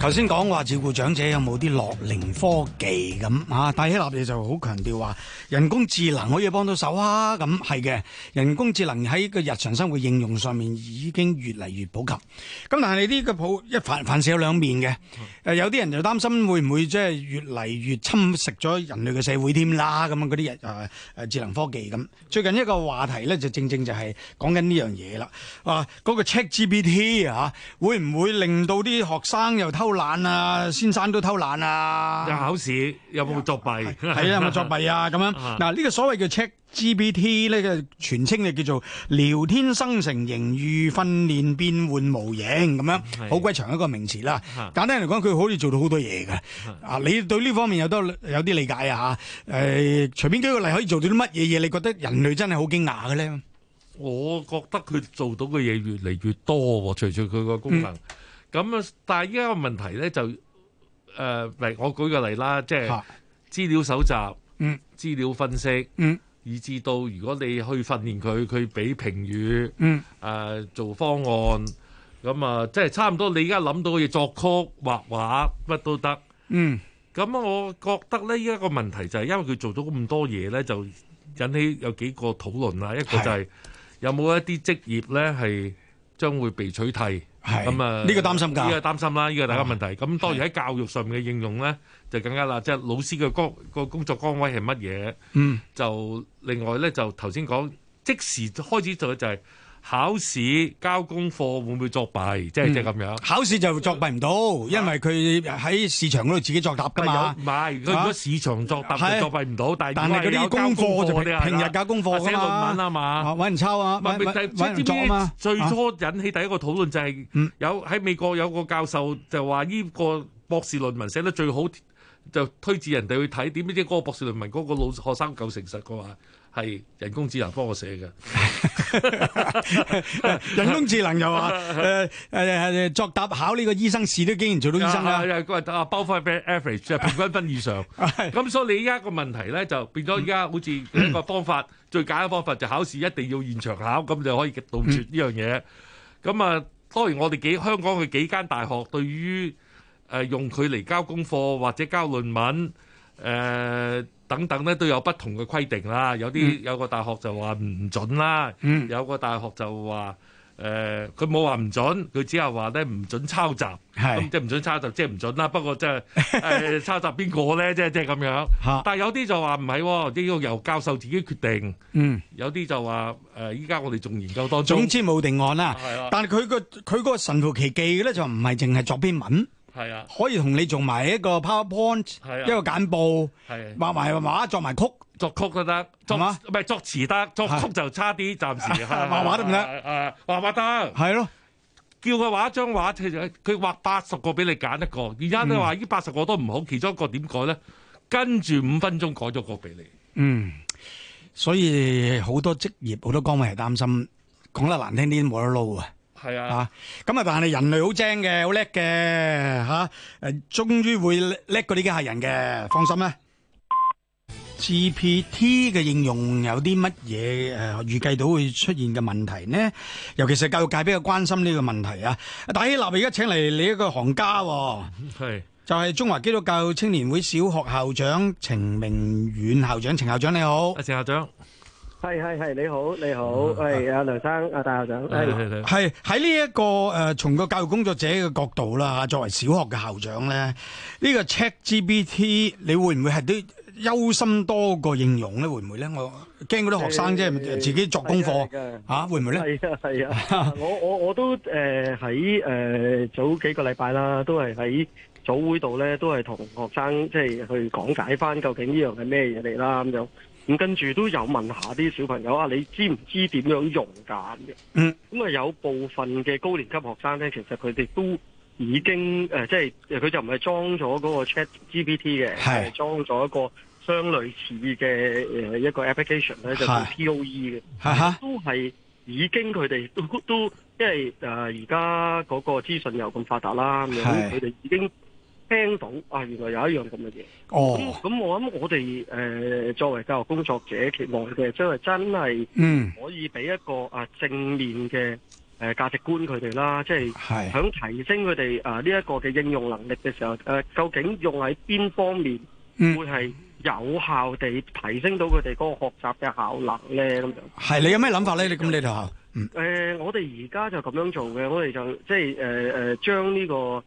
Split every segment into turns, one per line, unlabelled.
頭先講話照顧長者有冇啲樂齡科技咁啊？戴希立你就好強調話人工智能可以幫到手啊！咁係嘅，人工智能喺個日常生活應用上面已經越嚟越普及。咁但係你呢個普一凡凡事有兩面嘅，誒、有啲人就擔心會唔會即係越嚟越侵蝕咗人類嘅社會添啦？咁樣嗰啲日誒誒呃智能科技咁。最近一個話題咧就正正就係講緊呢樣嘢啦。啊，嗰、個 ChatGPT 啊，會唔會令到啲學生又偷懶啊，先生都偷懶啊？
有考試有冇作弊？
係啊，有冇作弊啊？咁樣
啊
嗱，呢個所謂嘅 Chat GPT 呢個全稱就叫做聊天生成形語訓練變換模型咁樣，
係
好鬼長一個名詞啦
嗯啊。
簡單嚟講，佢可以做到好多嘢嘅。啊，你對呢方面有多有啲理解啊？嚇，誒，隨便舉個例，可以做到啲乜嘢嘢？你覺得人類真係好驚訝嘅咧？
我覺得佢做到嘅嘢越嚟越多喎，隨住佢個功
嗯
能。咁啊、但係依家個問題咧就誒，嚟我舉個例啦，即係
嚇
資料搜集、
嗯
資料分析，
嗯
以至到如果你去訓練佢，佢俾評語，誒、
嗯
做方案，咁啊，即係差唔多你而家諗到嘅嘢，作曲、畫畫，乜都得。
嗯
咁我覺得呢，依家個問題就係因為佢做咗咁多嘢呢，就引起有幾個討論啦。一個就係有冇一啲職業呢係將會被取替。
係
咁啊，
呢個擔心㗎啊
呢個擔心啦，呢個大家問題。咁當然喺教育上面嘅應用呢，就更加啦，即係老師嘅崗個工作崗位係乜嘢？
嗯
就另外呢，就頭先講即時開始做嘅就係考試交功課會唔會作弊，即係
嗯
即係咁樣。
考試就作弊唔到，
啊
因為佢喺市場嗰度自己作答㗎嘛。
唔係，佢如果市場作答
啊係
佢作弊唔到，但係
但係嗰啲功課就平平日
教
教功課
寫
㗎
論文
嘛，
啊
啊
嘛。
揾人抄啊，
咪
揾
咪
揾
但
揾
係
人
知知
作啊嘛。
最
啊
初引起第一個討論就係
嗯
有喺美國有個教授就話呢個博士論文寫得最好，就推薦人哋去睇。點知嗰個博士論文嗰個老學生夠誠實，佢話係人工智能幫我寫嘅。
人工智能又話誒誒誒作答考呢個醫生試都竟然做到醫生
啊
啦，
啊佢話啊包分 average 即係平均分以上。
係
咁所以你依家個問題咧，就變咗而家好似一個方法，最簡單嘅方法就考試一定要現場考，咁就可以杜絕呢樣嘢。咁啊，當然我哋幾香港嘅幾間大學對於誒、呃用佢嚟交功課或者交論文誒、呃等等咧，都有不同嘅規定啦。有啲有個大學就話唔唔準啦，
嗯
有個大學就話誒佢冇話唔準，佢只係話咧唔準抄襲。咁
係
即係唔準抄襲，即係唔準啦。不過即係誒抄襲邊個咧？即係即係咁樣。
嚇
但係有啲就話唔係喎，呢個由教授自己決定。
嗯。
有啲就話誒，依家我哋仲研究當中
總。之冇定案啦
係啊，
但係佢個佢個神乎其技嘅咧就唔係淨係作篇文，
係啊，
可以同你做埋一個 PowerPoint，
係啊
一個簡報，
係
畫埋畫，作埋曲，
作曲都得，作
係嘛
唔係作詞得，作曲就差 啲，暫時
畫畫得唔得
誒畫畫得，
係咯，
叫佢畫一張畫，佢就佢畫八十個俾你揀一個。而家你話呢八十個都唔好，其中一個點改咧？跟住五分鐘改咗個俾你。
嗯，所以好多職業好多崗位係擔心，講得難聽啲冇得撈啊。
係啊，
啊，咁啊，但係人類好精嘅，好叻嘅嚇，誒、終於會叻過啲機械人嘅，放心啦。GPT 嘅應用有啲乜嘢誒預計到會出現嘅問題呢？尤其是教育界比較關心呢個問題啊。大希立而家請嚟你一個行家喎、
係
就係、中華基督教青年會小學校長程明遠校長，程校長你好
阿。鄭校長，
係係係，你好你好，
嗯
係
啊
阿梁生阿大校
係
長，係
係係
係喺呢一個誒，從、個教育工作者嘅角度啦，作為小學嘅校長咧，呢、個 ChatGPT 你會唔會係啲憂心多過應用咧？會唔會咧？我驚嗰啲學生即係
誒
自己作功課
係嘅
嚇、啊，會唔會咧？
係啊 係啊，我我我都誒喺誒早幾個禮拜啦，都係喺早會度咧，都係同學生即係去講解翻究竟呢樣係咩嘢嚟啦咁樣。咁跟住都有問下啲小朋友啊，你知唔知點樣用㗎咁樣？
嗯，
咁啊有部分嘅高年級學生咧，其實佢哋都已經誒、呃即係誒佢就唔係裝咗嗰個 Chat GPT 嘅，
係
係裝咗一個相類似嘅誒、呃一個 application 咧，就叫
係
POE 嘅。
嚇嚇，
都係已經佢哋都都，因為誒而家嗰個資訊又咁發達啦，咁
係
樣佢哋已經聽到啊，原來有一樣咁嘅嘢。咁
哦，
咁我諗我哋誒、呃作為教育工作者，期望嘅即係真係
嗯
可以俾一個啊正面嘅誒價值觀佢哋啦，即係
係
響提升佢哋啊呢一個嘅應用能力嘅時候，誒、究竟用喺邊方面
嗯
會係有效地提升到佢哋嗰個學習嘅效能咧？咁樣。
係你有咩諗法咧？你咁你哋學校嗯
誒、呃我哋而家就咁樣做嘅，我哋就即係誒誒，將呢個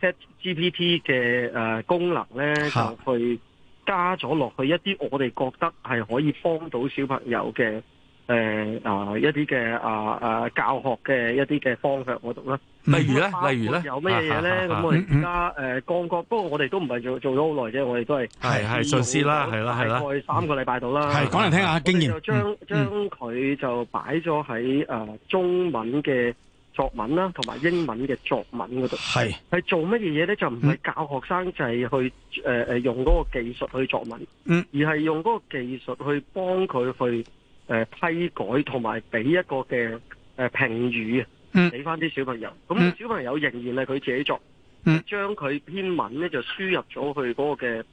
Chat GPT 嘅誒、呃功能咧，
嚇
就去加咗落去一啲我哋覺得係可以幫到小朋友嘅誒啊一啲嘅啊啊教學嘅一啲嘅方向嗰度啦。
例
嗯
如咧
包，括
例如啊咧，
有乜嘢咧？咁
嗯
我哋而家誒呃剛剛，不過我哋都唔係做做咗好耐啫，我哋都係
係係嘗試啦，係啦係啦
大，概三個禮拜到啦。
係講嚟聽下經
啊我
驗
哋
嗯
就。將將佢就擺咗喺誒中文嘅作文啦，同埋英文嘅作文嗰度。
係
係做乜嘢嘢咧？就唔
嗯
係教學生就係去誒誒、呃用嗰個技術去作文，
嗯
而係用嗰個技術去幫佢去誒、呃批改同埋俾一個嘅誒評語
嗯
啊，俾翻啲小朋友。咁、
嗯
小朋友仍然係佢自己作，
嗯
將佢篇文咧就輸入咗去嗰個嘅誒、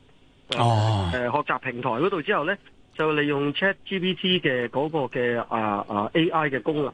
哦
誒呃學習平台嗰度之後咧，就利用 Chat GPT 嘅嗰個嘅啊啊 AI 嘅功能。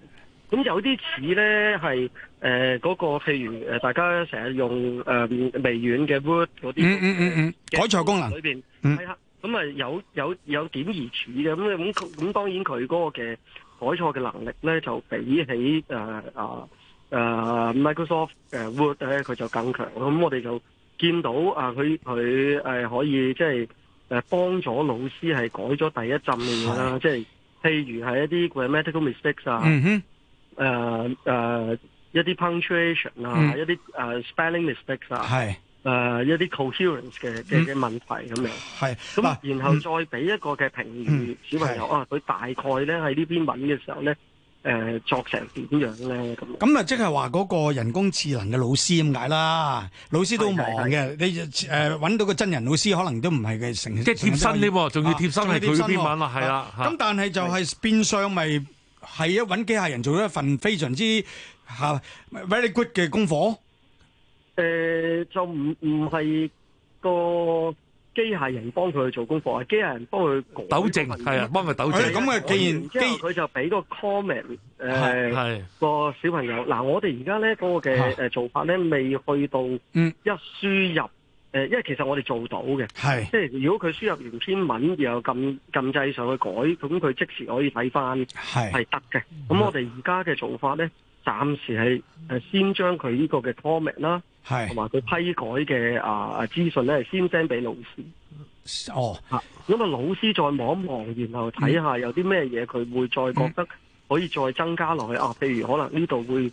咁有啲似咧係誒嗰個譬如誒大家成日用誒、呃微軟嘅 Word 嗰啲
嗯嗯嗯嗯
嘅
改錯功能
裏邊
嗯
係啊，咁啊有有有點而似嘅咁咁咁當然佢嗰個嘅改錯嘅能力咧就比起誒啊誒 Microsoft 誒 Word 咧佢就更強，咁我哋就見到啊佢佢誒呃可以即係誒幫咗老師係改咗第一陣嘅嘢啦，即係譬如係一啲 grammatical mistakes 啊。
嗯哼
誒誒、呃一啲 punctuation 啊，
嗯
一啲誒、呃 spelling mistakes 啊，誒、
係
一啲 coherence 嘅嘅嘅問題咁樣，
係
咁、
嗱
然後再俾一個嘅評語
嗯
小朋友啊，佢大概咧喺呢篇文嘅時候咧，誒、作成點樣咧咁樣。
咁啊，即係話嗰個人工智能嘅老師咁解啦，老師都好忙嘅，你誒揾到個真人老師可能都唔係嘅成，
即係貼身添喎，仲要貼身
啊
係
仲要貼
佢
身
嘅篇文啦，
喎啊
係啦，
咁但係就係變相咪係一揾機械人做咗一份非常之嚇 very good 嘅功課，
誒、呃就唔唔係個機械人幫佢去做功課，係機械人幫佢改
糾正
嗰份
係啊，幫佢糾
係
正，
咁啊既然
之後
機
佢就俾個 comment 誒、
係
係
個小朋友，嗱，我哋而家咧嗰個嘅
嚇
誒做法咧，未去到
嗯
一輸入誒、呃因為其實我哋做到嘅，
係
即係如果佢輸入完篇文，然後撳撳掣上去改，咁佢即時可以睇翻
係嗯
係得嘅。咁我哋而家嘅做法咧，暫時係誒先將佢呢個嘅 comment 啦，同
係
埋佢批改嘅啊資訊咧，先 send 俾老師。
哦
嚇，咁啊老師再望一望，然後睇下有啲咩嘢佢會再覺得可以再增加落去啊，譬如可能呢度會誒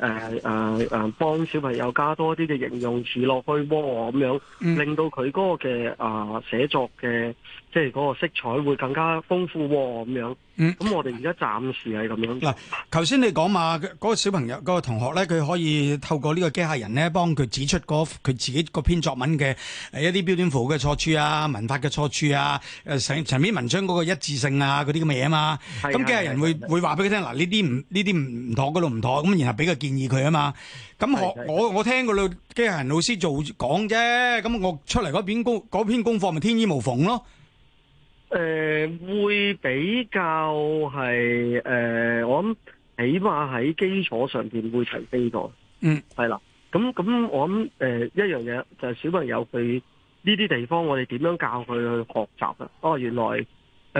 誒誒誒幫小朋友加多啲嘅形容詞落去喎，咁樣
嗯
令到佢嗰個嘅啊寫作嘅即係嗰個色彩會更加豐富喎，咁樣。
嗯
咁我哋而家暫時係咁樣。
嗱，頭先你講嘛，嗰、個小朋友、嗰個同學咧，佢可以透過呢個機械人咧，幫佢指出嗰佢自己嗰篇作文嘅誒一啲標點符號嘅錯處啊、文法嘅錯處啊、誒成成篇文章嗰個一致性啊嗰啲咁嘅嘢啊嘛。
係
咁機械人會
係係
會話俾佢聽嗱，呢啲唔呢啲唔唔妥，嗰度唔妥，咁然後俾個建議佢啊嘛。咁
係
我
係
我我聽個老機械人老師做講啫，咁我出嚟嗰篇功嗰篇功課咪天衣無縫咯。
誒、會呃比較係誒、呃我諗起碼喺基礎上邊會提升咗。
嗯，
係啦。咁咁，我諗誒、呃一樣嘢就係小朋友佢呢啲地方，我哋點樣教佢去學習啊？哦，原來誒誒、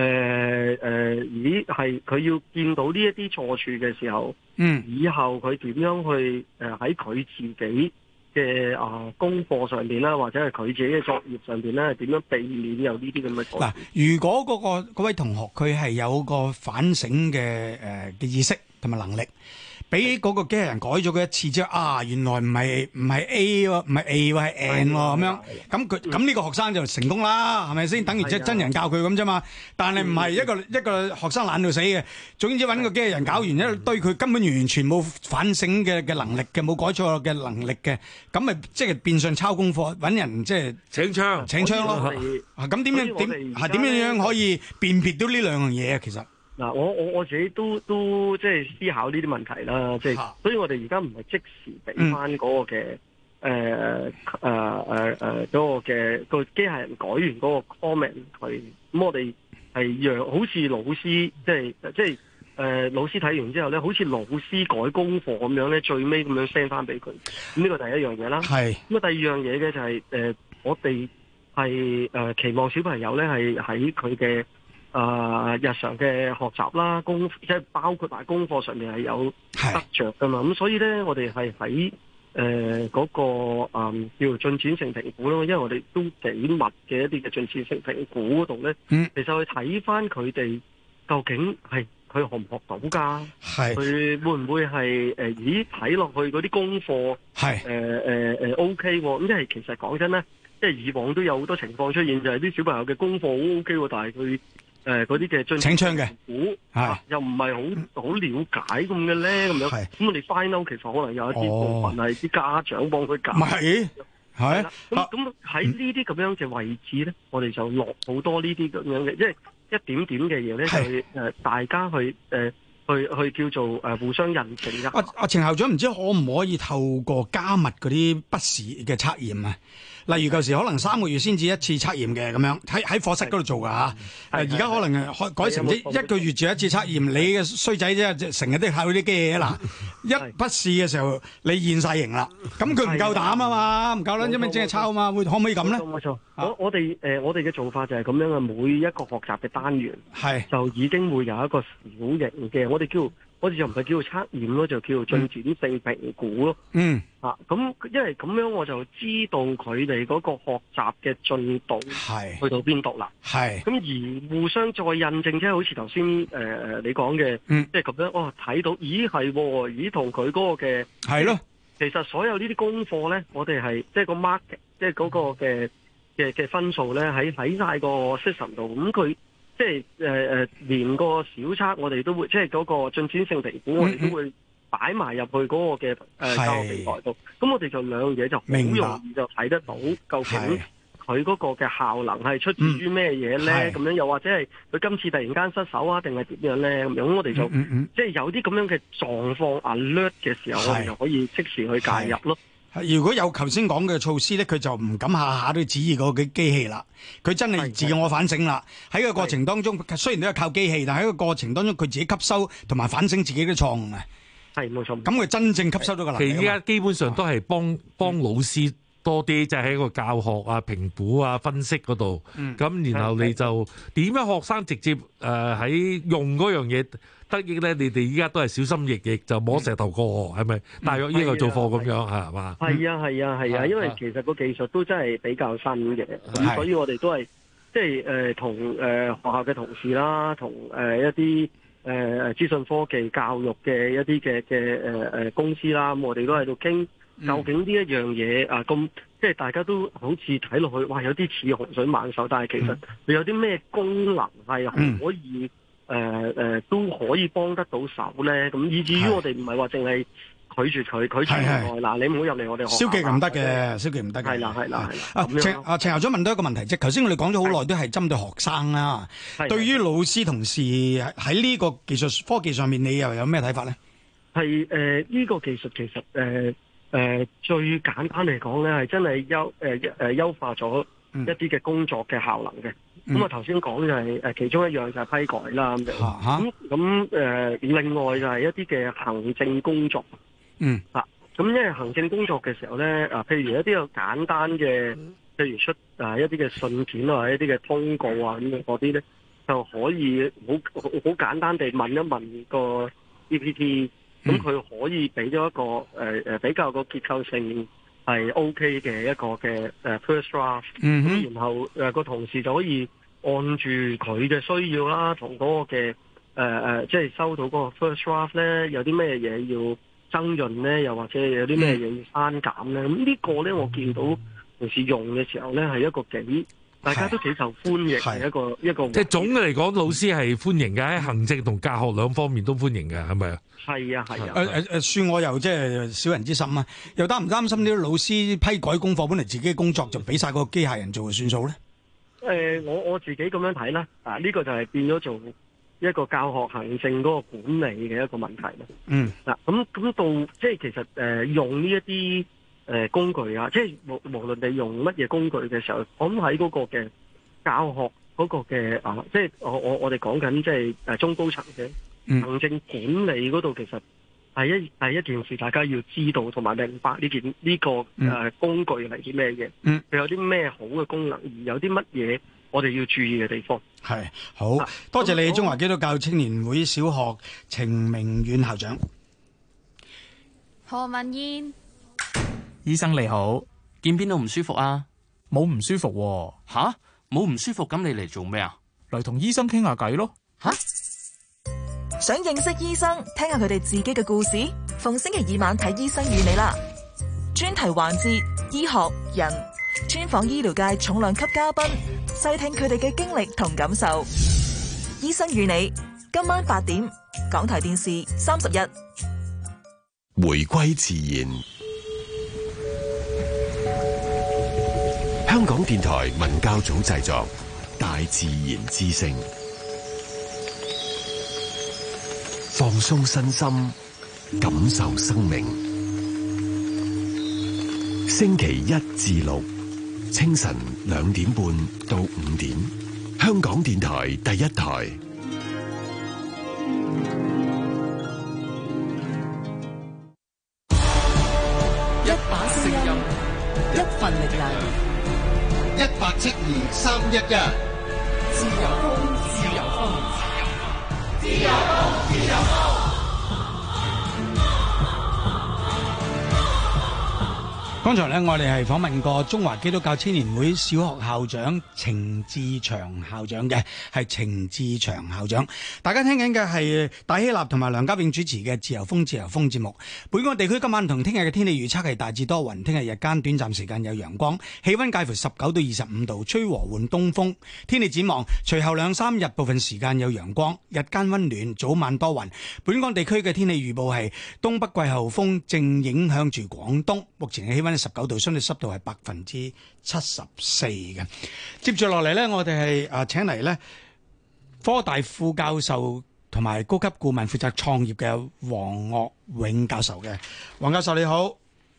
咦係佢要見到呢一啲錯處嘅時候，
嗯
以後佢點樣去誒喺佢自己嘅啊、功課上邊啦，或者係佢自己嘅作業上邊咧，點樣避免有呢啲咁嘅錯處
嗱，如果嗰、個嗰位同學佢係有個反省嘅誒嘅意識同埋能力，俾嗰個機器人改咗佢一次之後，啊，原來唔係唔係 A 喎，唔係 A 喎，係 N 喎咁樣，咁佢咁呢個學生就成功啦，係咪先？等於即係
係啊
真人教佢咁啫嘛。但係唔係一個一個學生懶到死嘅，總之揾個機器人搞完一堆，佢根本完全冇反省嘅嘅能力嘅，冇改錯嘅能力嘅，咁咪即係變相抄功課，揾人即係
請槍。
請槍咯。
所以我哋
啊，咁點
所以
樣
我
點
哋
係
而家
點樣樣
咧
可以辨別到呢兩樣嘢啊？其實
嗱，我我我自己都都即係思考呢啲問題啦，即係
嚇，嗯
所以我哋而家唔係即時俾翻嗰個嘅呃誒誒誒誒呃嗰個嘅個機械人改完嗰個 comment 佢，咁我哋係讓好似老師即係即係誒、誒老師睇完之後咧，好似老師改功課咁樣咧，最尾咁樣 send 翻俾佢。咁呢個第一樣嘢啦。
係
咁啊，第二樣嘢嘅就係、呃我哋係誒期望小朋友咧係喺佢嘅誒日常嘅學習啦，功即係包括埋功課上面係有得
係
着噶嘛。咁所以咧，我哋係喺誒嗰個誒叫做進展性評估咯，因為我哋都幾密嘅一啲嘅進展性評估嗰度咧，
嗯
其實去睇翻佢哋究竟係佢學唔學到㗎？
係
佢會唔會係誒、呃咦睇落去嗰啲功課？
係
誒誒誒呃 OK 喎，咁即係其實講真咧，即係以往都有好多情況出現，就係、啲小朋友嘅功課好 OK 喎，但係佢誒嗰啲嘅進
請槍嘅
股
係
又唔係好好了解咁嘅咧，咁樣
係
咁我哋 find out 其實可能有一啲部分係啲家長幫佢
唔啊
搞。
係
係
係
啦咁咁喺
嗯
呢啲咁樣嘅位置咧，我哋就落好多呢啲咁樣嘅，即係一點點嘅嘢咧，
係
去誒大家去誒去去叫做誒互相印證㗎。
阿阿程校長唔知可唔可以透過加密嗰啲筆試嘅測驗啊？例如舊時可能三個月先至一次測驗嘅咁樣，喺喺課室嗰度做㗎嚇。誒而
係
家可能係改改成
係有冇
一一個月做一次測驗，你嘅衰仔啫，成日都靠呢啲嘢啦。一筆試嘅時候你現晒形啦，咁佢唔夠膽啊嘛，唔夠膽，因為淨係抄啊嘛，會可唔可以咁咧？
冇錯，冇錯。
啊
我我哋誒、呃我哋嘅做法就係咁樣嘅，每一個學習嘅單元
係
就已經會有一個小型嘅，我哋叫我哋就唔係叫做測驗咯，就叫做進展性評估咯。
嗯
啊，咁因為咁樣我就知道佢哋嗰個學習嘅進度
係
去到邊度啦。
係
咁而互相再印證，即係好似頭先誒誒你講嘅，
嗯
即係咁樣，哦睇到，咦係喎，咦同佢嗰個嘅。
係咯，
其實所有呢啲功課咧，我哋係即係個 mark，即係嗰個嘅嘅嘅分數咧，喺喺晒個 system 度。咁佢即係誒誒，連個小測我哋都會，即係嗰個進展性評估，我哋都會擺埋入去嗰個嘅誒
嗯係
教學平台度。咁我哋就兩樣嘢就好
明白
容易就睇得到究
係
竟。佢嗰個嘅效能係出自於咩嘢
嗯
咧
係？
咁樣又或者係佢今次突然間失手啊，定係點樣咧？咁樣咁我哋就
嗯嗯嗯。
即係有啲咁樣嘅狀況 alert 嘅時候，我
係
哋就可以即時去介入咯。
嗯如果有頭先講嘅措施咧，佢就唔敢下下都指意嗰個機器啦。佢真係
係
自我反省啦。喺個過程當中，雖然都係靠機器，但喺個過程當中，佢自己吸收同埋反省自己嘅錯誤啊。
係冇錯。
咁佢真正吸收到個能
其實依
力啊
家
嘛。
基本上都係幫幫老師多啲，就喺個教學啊、評估啊、分析嗰度。
嗯
咁然後你就點樣學生直接誒喺、用嗰樣嘢得益咧？你哋依家都係小心翼翼，就摸石頭過河，係咪？大約呢個做課咁樣係嘛？
係啊，係啊，係
啊
啊，因為
啊
其實個技術都真係比較新嘅，
係
咁所以我哋都係即係誒同誒學校嘅同事啦，同誒、呃一啲誒誒資訊科技教育嘅一啲嘅嘅誒誒公司啦，咁我哋都喺度傾
嗯
究竟呢一樣嘢啊咁，即係大家都好似睇落去，哇有啲似洪水猛獸，但係其實佢有啲咩功能係
嗯
可以誒誒、呃都可以幫得到手咧？咁以至於
係
我哋唔係話淨係。拒絕佢，拒絕
係係
佢嗱，你唔好入嚟我哋學校
嗯消
啊。
極唔得嘅，消極唔得嘅。
係啦係啦係啦
啊，
咁樣
程
咯
啊，程校長問多一個問題啫。頭先我哋講咗好耐，都係針對學生啦。
係。
對於老師同事喺呢個技術科技上面，你又有咩睇法咧？
係誒呢個技術其實誒誒、呃最簡單嚟講咧，係真係優誒誒、呃、優化咗
嗯
一啲嘅工作嘅效能
嗯
嘅。咁我頭先講就係、呃其中一樣就係批改啦咁樣。
嚇嚇，
咁咁誒，另外就係一啲嘅行政工作。
嗯
咁因為行政工作嘅時候咧，啊，譬如一啲有簡單嘅，譬如出啊一啲嘅信件啊，一啲嘅通告啊咁樣嗰啲咧，就可以好好好簡單地問一問個 EPT，
嗯
咁佢可以俾咗一個誒誒、呃比較個結構性係 OK 嘅一個嘅誒 first draft，
嗯哼
咁然後誒個同事就可以按住佢嘅需要啦，同嗰個嘅誒誒，即係收到嗰個 first draft 咧，有啲咩嘢要增潤咧，又或者有啲咩嘢要刪減咧，咁呢個咧我見到同事用嘅時候咧，係一個幾大家都幾受歡迎
係
嘅一個一個
即係總嘅嚟講，老師係歡迎嘅，喺行政同教學兩方面都歡迎嘅，係咪啊？
係啊係
誒誒誒，
啊，
呃恕我又即係小人之心啊！又擔唔擔心啲老師批改功課，本嚟自己嘅工作就俾晒個機械人做就算數咧？
誒、呃我我自己咁樣睇啦，啊呢、個就係變咗做一個教學行政嗰個管理嘅一個問題啦。
嗯，
嗱，咁咁到即係其實誒、呃用呢一啲
呃
誒工具啊，即係無無論你用乜嘢工具嘅時候，我諗喺嗰個嘅
呃
教學嗰個嘅啊，即係我我我哋講緊即係誒中高層嘅
嗯
行政管理嗰度其實係一係一件事，大家要知道同埋明白呢件呢、個誒、
嗯
呃工具係啲咩嘢，佢、
嗯
有啲咩好嘅功能，而有啲乜嘢我哋要注意嘅地方。
係好
啊
多謝你，
好
中華基督教青年會小學程明遠校長。
何文燕，
醫生你好，
見邊度唔舒服啊？
冇唔舒服喎、
吓，冇唔舒服咁你嚟做咩啊？
嚟同醫生傾下偈咯。
想認識醫生，聽下佢哋自己嘅故事，逢星期二晚睇《醫生與你》啦。專題環節：醫學人專訪醫療界重量級嘉賓，細聽佢哋嘅經歷同感受。《醫生與你》今晚八點，港台電視三十日。
回歸自然。香港電台文教組製作《大自然之聲》，放鬆身心，感受生命。星期一至六清晨兩點半到五點，香港電台第一台。
一把聲音，一份力量，一八七二三一一。自由風，自由風，自由風，自由風。
剛才咧，我哋係訪問過中華基督教青年會小學校長程志祥校長嘅，係程志祥校長。大家聽緊嘅係戴希立同埋梁家永主持嘅《自由風自由風》節目。本港地區今晚同聽日嘅天氣預測係大致多雲，聽日日間短暫時間有陽光，氣温介乎十九到二十五度，吹和緩東風。天氣展望，隨後兩三日部分時間有陽光，日間温暖，早晚多雲。本港地區嘅天氣預報係東北季候風正影響住廣東，目前嘅氣温十九度，相對濕度係百分之七十四嘅。接住落嚟呢，我哋係啊請嚟呢科大副教授同埋高級顧問負責創業嘅黃岳永教授嘅。黃教授你好。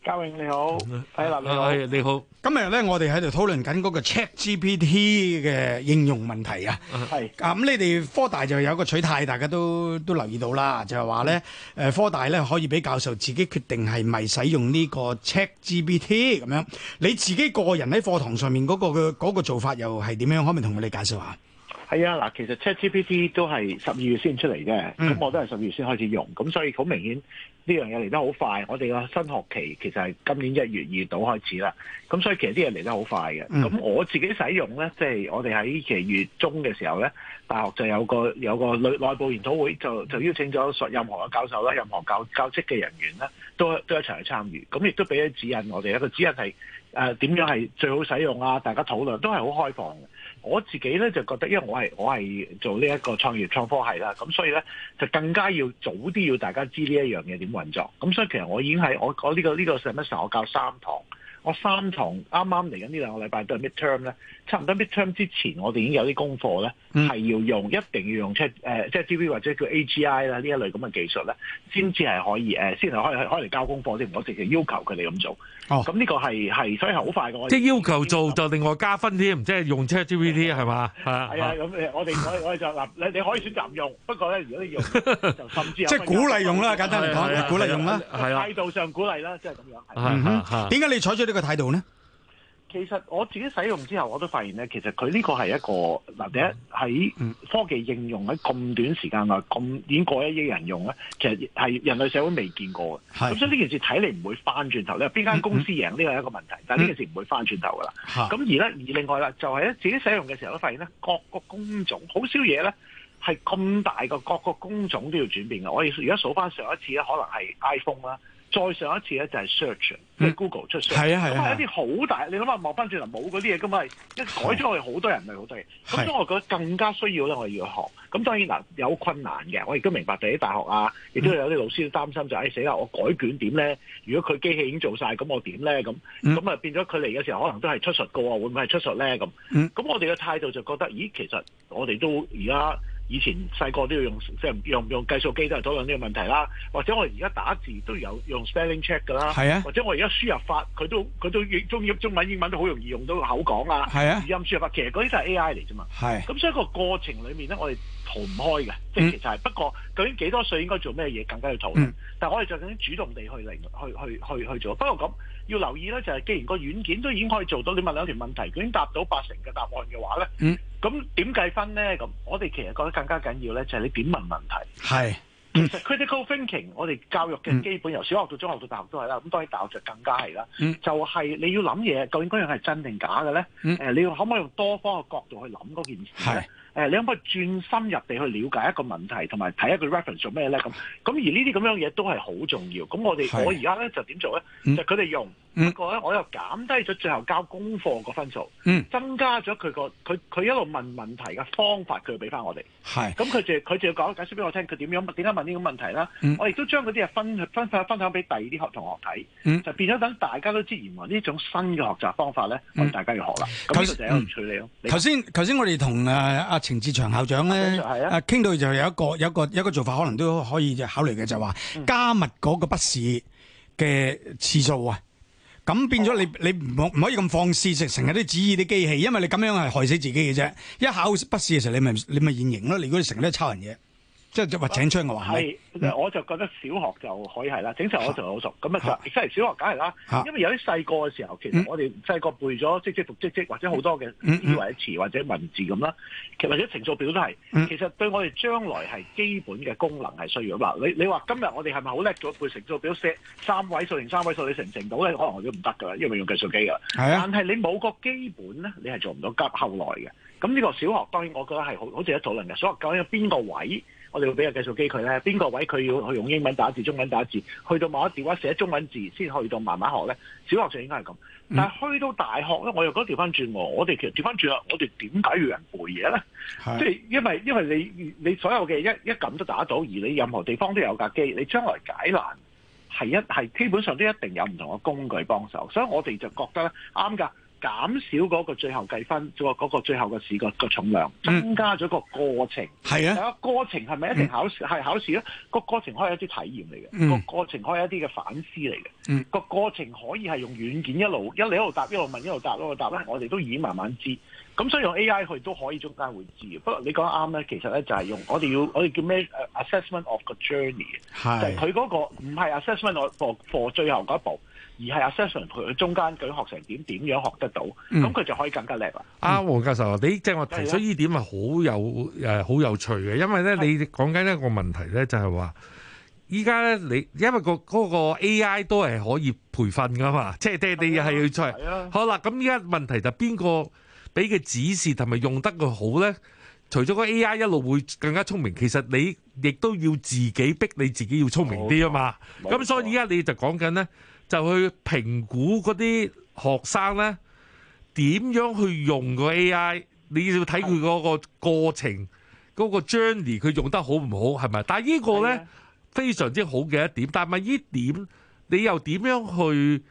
嘉穎你好，睇立你好，
係你好，
今日咧，我哋喺度討論緊嗰個 ChatGPT 嘅應用問題啊！
係
啊，咁你哋科大就有個取態，大家都都留意到啦，就係話咧，
嗯
誒呃科大咧可以俾教授自己決定係咪使用呢個 ChatGPT 咁樣。你自己個人喺課堂上面嗰、個嘅嗰個做法又係點樣？可唔可以同我哋介紹下？
係啊，嗱，其實 ChatGPT 都係十二月先出嚟嘅，咁、
嗯
我都係十二月先開始用，咁所以好明顯呢樣嘢嚟得好快。我哋個新學期其實係今年一月二月度開始啦，咁所以其實啲嘢嚟得好快嘅。
嗯
咁、我自己使用咧，即、係、我哋喺其實月中嘅時候咧，大學就有個有個內內部研討會，就就邀請咗所任何嘅教授啦、任何教教職嘅人員咧，都都一齊去參與。咁亦都俾咗指引我哋一個指引係誒點樣係最好使用啊，大家討論都係好開放嘅。我自己咧就覺得，因為我係我係做呢一個創業創科系啦，咁所以咧就更加要早啲要大家知呢一樣嘢點運作。咁所以其實我已經係我我呢、個呢、個 semester 我教三堂，我三堂啱啱嚟緊呢兩個禮拜都係 midterm 咧，差唔多 midterm 之前我哋已經有啲功課咧
嗯
係要用，一定要用呃 chat 誒 ChatGPT 或者叫 AGI 啦呢一類咁嘅技術咧，先至係可以誒先係可以可以嚟交功課先，唔好直接要求佢哋咁做。
哦，
咁呢個係係所以係好快嘅。我
即係要求做就另外加分添，即係用 ChatGPT 係嘛？係啊
係啊，咁誒，我哋我哋我哋就嗱，你你可以選擇唔用，不過咧，如果你 用就甚至有
即係鼓勵用啦簡
分別
單嚟講
係啊
鼓勵用啦
係啊
態度上鼓勵啦，即係咁樣。係
嗯哼點解你採取呢個態度呢？
其實我自己使用之後，我都發現咧，其實佢呢個係一個嗱，第
嗯
一喺科技應用喺咁短時間內，咁已經過一億人用咧，其實係人類社會未見過嘅。咁所以呢件事睇嚟唔會翻轉頭咧，邊
嗯
間公司贏呢個係一個問題，但係呢件事唔會翻轉頭噶啦。
嚇
咁而咧，而另外啦，就係咧自己使用嘅時候都發現咧，各個工種好少嘢咧。係咁大個各個工種都要轉變嘅。我哋而家數翻上一次咧，可能係 iPhone 啦，再上一次咧就係 search，即係 Google 出 search。
係啊係啊
咁
係啊
一啲好大，你諗下望翻轉頭冇嗰啲嘢，咁咪一改咗我哋好多人咪好多嘢。
啊
咁所以我覺得更加需要咧，我哋要學。咁當然嗱，有困難嘅，我亦都明白第啲大學
嗯
啊，亦都有啲老師都擔心就哎誒死啦，我改卷點咧？如果佢機器已經做晒，咁我點咧？咁
嗯
咁啊變咗佢嚟嘅時候，可能都係出術嘅喎，會唔會係出術咧？咁
嗯
咁我哋嘅態度就覺得，咦，其實我哋都而家。以前細個都要用即係用用計數機都係討論呢個問題啦，或者我而家打字都有用 spelling check 㗎啦，
係啊
或者我而家輸入法佢都佢都中英中文英文都好容易用到口講啊，
係啊
語音輸入法其實嗰啲都係 AI 嚟啫嘛，
係
咁所以個過程裡面咧，我哋逃唔開嘅，即係其實係、不過究竟幾多歲應該做咩嘢更加要討論，
嗯
但係我哋就緊主動地去令去去去去做，不過咁。要留意咧，就係、既然個軟件都已經可以做到，你問兩條問題，佢已經答到八成嘅答案嘅話咧，
嗯
咁點計分咧？咁我哋其實覺得更加緊要咧，就係你點問問題。
係
其實 critical thinking，我哋教育嘅基本由小學到中學到大學都係啦，咁當然大學就更加係啦。
嗯
就係你要諗嘢，究竟嗰樣係真定假嘅咧？
嗯
誒你要可唔可以用多方嘅角度去諗嗰件事
係
咧？誒，你可唔可以轉深入地去了解一個問題，同埋睇一個 reference 做咩咧？咁咁而呢啲咁樣嘢都係好重要。咁我
係
哋我而家咧就點做
嗯
咧？就佢哋用，
嗯
不過咧我又減低咗最後交功課個分數，
嗯
增加咗佢個佢佢一路問問題嘅方法，佢要俾翻我哋。
係
咁佢就佢就要講解釋俾我聽，佢點樣點解問呢個問題啦。
嗯
我亦都將嗰啲嘢分分享分享俾第二啲學同學睇，
嗯
就變咗等大家都知原來呢種新嘅學習方法咧，
嗯
我哋大家要學啦。咁
頭嗯
呢個就係一個處理咯。你
頭先頭先我哋同誒呃阿程志祥校長咧
係
誒
啊
傾到就有一個有一個有一個做法，可能都可以就考慮嘅就係話
嗯
加密嗰個筆試嘅次數啊。咁變
哦
咗你你唔可唔可以咁放肆，成成日都指意啲機器，因為你咁樣係害死自己嘅啫。一考筆試嘅時候，你咪你咪現形咯。你如果你成日都抄人嘢，即
啊
係或請出我話係嗯咪
係，我就覺得小學就可以係啦，整實我就好熟。咁啊，就即係小學梗係啦
嚇，
因為有啲細個嘅時候，其實我哋細個背咗即即復即即，或者好多嘅
嗯嗯
詩或者詞或者文字咁啦，其實或者乘數表都係
嗯，
其實對我哋將來係基本嘅功能係需要。嗱，你你話今日我哋係咪好叻咗背乘數表寫三位數定三位數，你成唔成到咧？可能我都唔得㗎啦，因為用計數機㗎啦。
係啊
但係你冇個基本咧，你係做唔到急後來嘅。咁呢個小學當然我覺得係好好值得討論嘅。小學究竟有邊個位我哋會俾個計數機佢咧？邊個位佢要去用英文打字、中文打字，去到某一調話寫中文字先去到慢慢學咧？小學就應該係咁。但係去到大學咧，我又覺得調翻轉喎，我哋其實調翻轉啦，我哋點解要人背嘢咧？即
係
係因為因為你你所有嘅一一撳都打到，而你任何地方都有架機，你將來解難係一係基本上都一定有唔同嘅工具幫手，所以我哋就覺得咧啱㗎，減少嗰個最後計分，嗰、嗰個最後嘅試個個重量，
嗯
增加咗個過程。
係啊
係啊，過程係咪一定考試係考試咧？個過程可以有一啲體驗嚟
嗯
嘅，個過程可以有一啲嘅反思嚟
嗯
嘅，個過程可以係用軟件一路一路一路答一路問一路答一路答咧，我哋都已經慢慢知。咁所以用 A.I. 去都可以中間會知嘅。不過你講得啱咧，其實咧就係用我哋要我哋叫咩誒 assessment of 個 journey，就
係
係佢嗰個唔係 assessment of for for 最後嗰一步，而係 assessment 佢中間佢學成點點樣學得到，
嗯
咁佢就可以更加叻啦。
啊，黃教授，你正話
啊
提出呢點係好有誒好有趣嘅，因為咧你講緊一個問題咧，就係話依家咧你因為個嗰個 AI 都係可以培訓噶嘛，即係即係你係要出
係啊
嚟。好啦，咁依家問題就邊個俾嘅指示同埋用得佢好咧？除咗個 AI 一路會更加聰明，其實你亦都要自己逼你自己要聰明啲啊嘛。
冇錯
咁所以依家你就講緊咧，就去評估嗰啲學生咧。點樣去用個 AI，你要睇佢嗰個過程，嗰、個 journey 佢用得好唔好，係咪？但係呢個
係
咧
啊
非常之好嘅一點，但係呢點你又點樣去誒、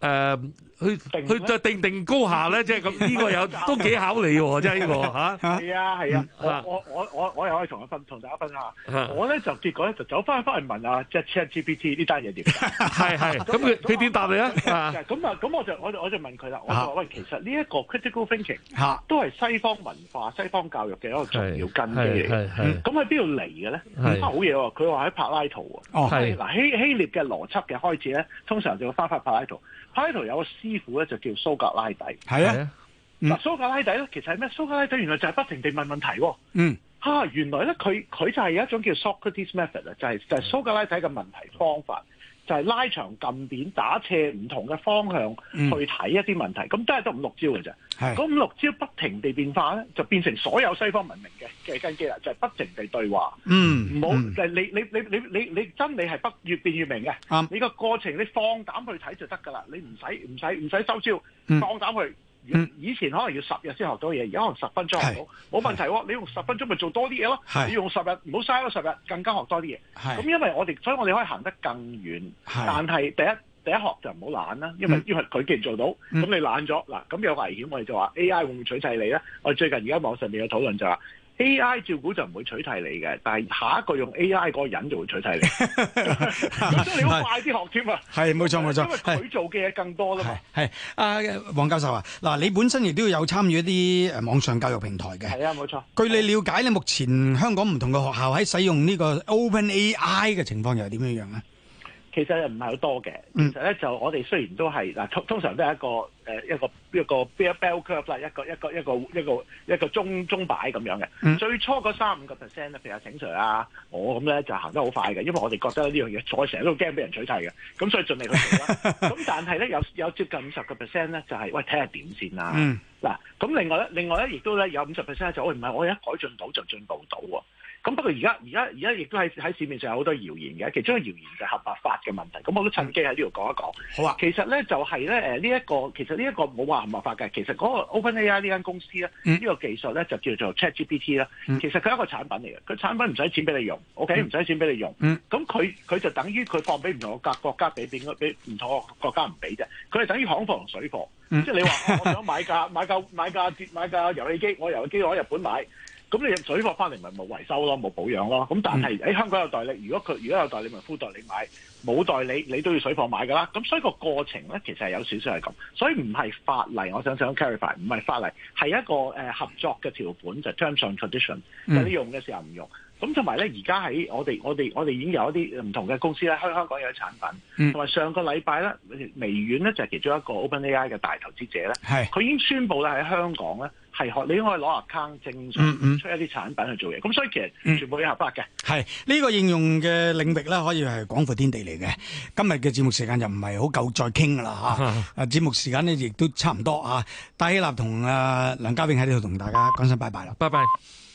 呃去
定
去
呢
再定定高下咧？即係咁，呢個 有都幾考你喎，真係呢個嚇。
係啊係啊，我
啊
我我我我又可以同佢分同大家分享下。
啊
我咧就結果咧就走翻翻去問啊，即係 ChatGPT 呢單嘢點解？
係係，咁佢佢點答你啊？啊
咁啊，咁我就我就我就問佢啦。我就話
啊
喂，其實呢一個 critical thinking
嚇
都係西方文化、西方教育嘅一個重要根基嚟嘅。
啊係係
咁喺邊度嚟嘅咧？
係
啊好嘢喎！佢話喺柏拉圖喎。
哦
係
嗱，希希臘嘅邏輯嘅開始咧，通常就會翻返柏拉圖。柏拉圖有個師傅咧就叫蘇格拉底。
係啊
啊，
嗯
嗱，蘇格拉底咧其實係咩？蘇格拉底原來就係不停地問問題喎。
嗯
啊，原來咧佢佢就係有一種叫 Socrates method 啊，就係
嗯
就係蘇格拉底嘅問題方法，就係拉長撳扁打斜唔同嘅方向
嗯
去睇一啲問題，咁都係得五六招嘅啫。
係
嗰五六招不停地變化咧，就變成所有西方文明嘅嘅根基啦，就係不停地對話，
嗯
唔好
嗯
就係你你你你你你真理係不越變越明嘅。
啱
你個過程你放膽去睇就得㗎啦，你唔使唔使唔使收招，
嗯
放膽去。
嗯
以前可能要十日先學到嘢，而家可能十分鐘學
係
到，冇問題喎。你用十分鐘咪做多啲嘢咯
係，
你用十日唔好嘥咗十日，更加學多啲嘢。咁
係
因為我哋，所以我哋可以行得更遠。但
係
係第一第一學就唔好懶啦，因為、
嗯
因為佢既然做到，咁、
嗯
你懶咗嗱，咁有危險，我哋就話 A I 會唔會取替你咧？我哋最近而家網上面有討論就話 A AI 照估就唔會取替你嘅，但係下一個用 AI 嗰個人就會取替 你，咁所以你好快啲學添啊！
係冇錯冇錯
因為
係
佢做嘅嘢更多啦嘛。
係啊，黃教授啊，嗱，你本身亦都有參與一啲誒網上教育平台嘅。
係啊，冇錯。
據你了解咧，目前香港唔同嘅學校喺使用呢個 Open AI 嘅情況又係點樣樣咧？
其實唔係好多嘅，其
嗯
實咧就我哋雖然都係嗱，通通常都係一個誒、呃一個一個 bell bell curve 啦，一個一個一個一個一個中中擺咁樣嘅。
嗯
最初嗰三五個 percent 咧，譬如阿醒 Sir 啊，我咁咧就行得好快嘅，因為我哋覺得呢樣嘢，我成日都驚俾人取替嘅，咁所以盡力去 做啦。咁但係咧有有接近五十個 percent 咧，就係、喂睇下點先啦。
嗯
嗱，咁另外咧，另外咧，亦都咧有五十 percent 就喂唔係我一改進到就進步到喎。咁不過而家而家而家亦都喺喺市面上有好多謠言嘅，其中嘅謠言就係合法化嘅問題。咁我都趁機喺呢度講一講。
好啊，
其實咧就係咧誒呢一個其實呢一個冇話合法化嘅，其實嗰個 OpenAI 呢間公司咧
嗯
呢、個技術咧就叫做 ChatGPT 啦。
嗯
其實佢係一個產品嚟嘅，佢產品唔使錢俾你用，OK 唔使錢俾你用。
嗯
咁佢佢就等於佢放俾唔同嘅國國家俾，俾俾唔同嘅國家唔俾啫。佢係等於行貨同水貨。
嗯
即係你話、哦我想買 架買架買架買架遊戲機，我遊戲機我喺日本買，咁你入水貨翻嚟咪冇維修咯，冇保養咯。咁但係
嗯
喺、香港有代理，如果佢如果有代理咪呼代理買，冇代理你都要水貨買㗎啦。咁所以個過程咧其實係有少少係咁，所以唔係法例，我想想 clarify，唔係法例，係一個誒、呃合作嘅條款就 terms and condition，
嗯
有啲用嘅時候唔用。咁同埋咧，而家喺我哋我哋我哋已經有一啲唔同嘅公司咧，香香港有啲產
嗯
品，同埋上個禮拜咧，微軟咧就係其中一個 OpenAI 嘅大投資者咧，
係
佢已經宣布咧喺香港咧係可你可以攞 account 正
嗯嗯
常出一啲產品去做嘢，咁所以其
嗯
實全部要合法嘅。
係呢個應用嘅領域咧，可以係廣闊天地嚟嘅。今日嘅節目時間就唔係好夠再傾 㗎啦嚇。啊，節目時間呢亦都差唔多啊。戴希立同啊梁家永喺呢度同大家講聲拜拜啦。
拜拜。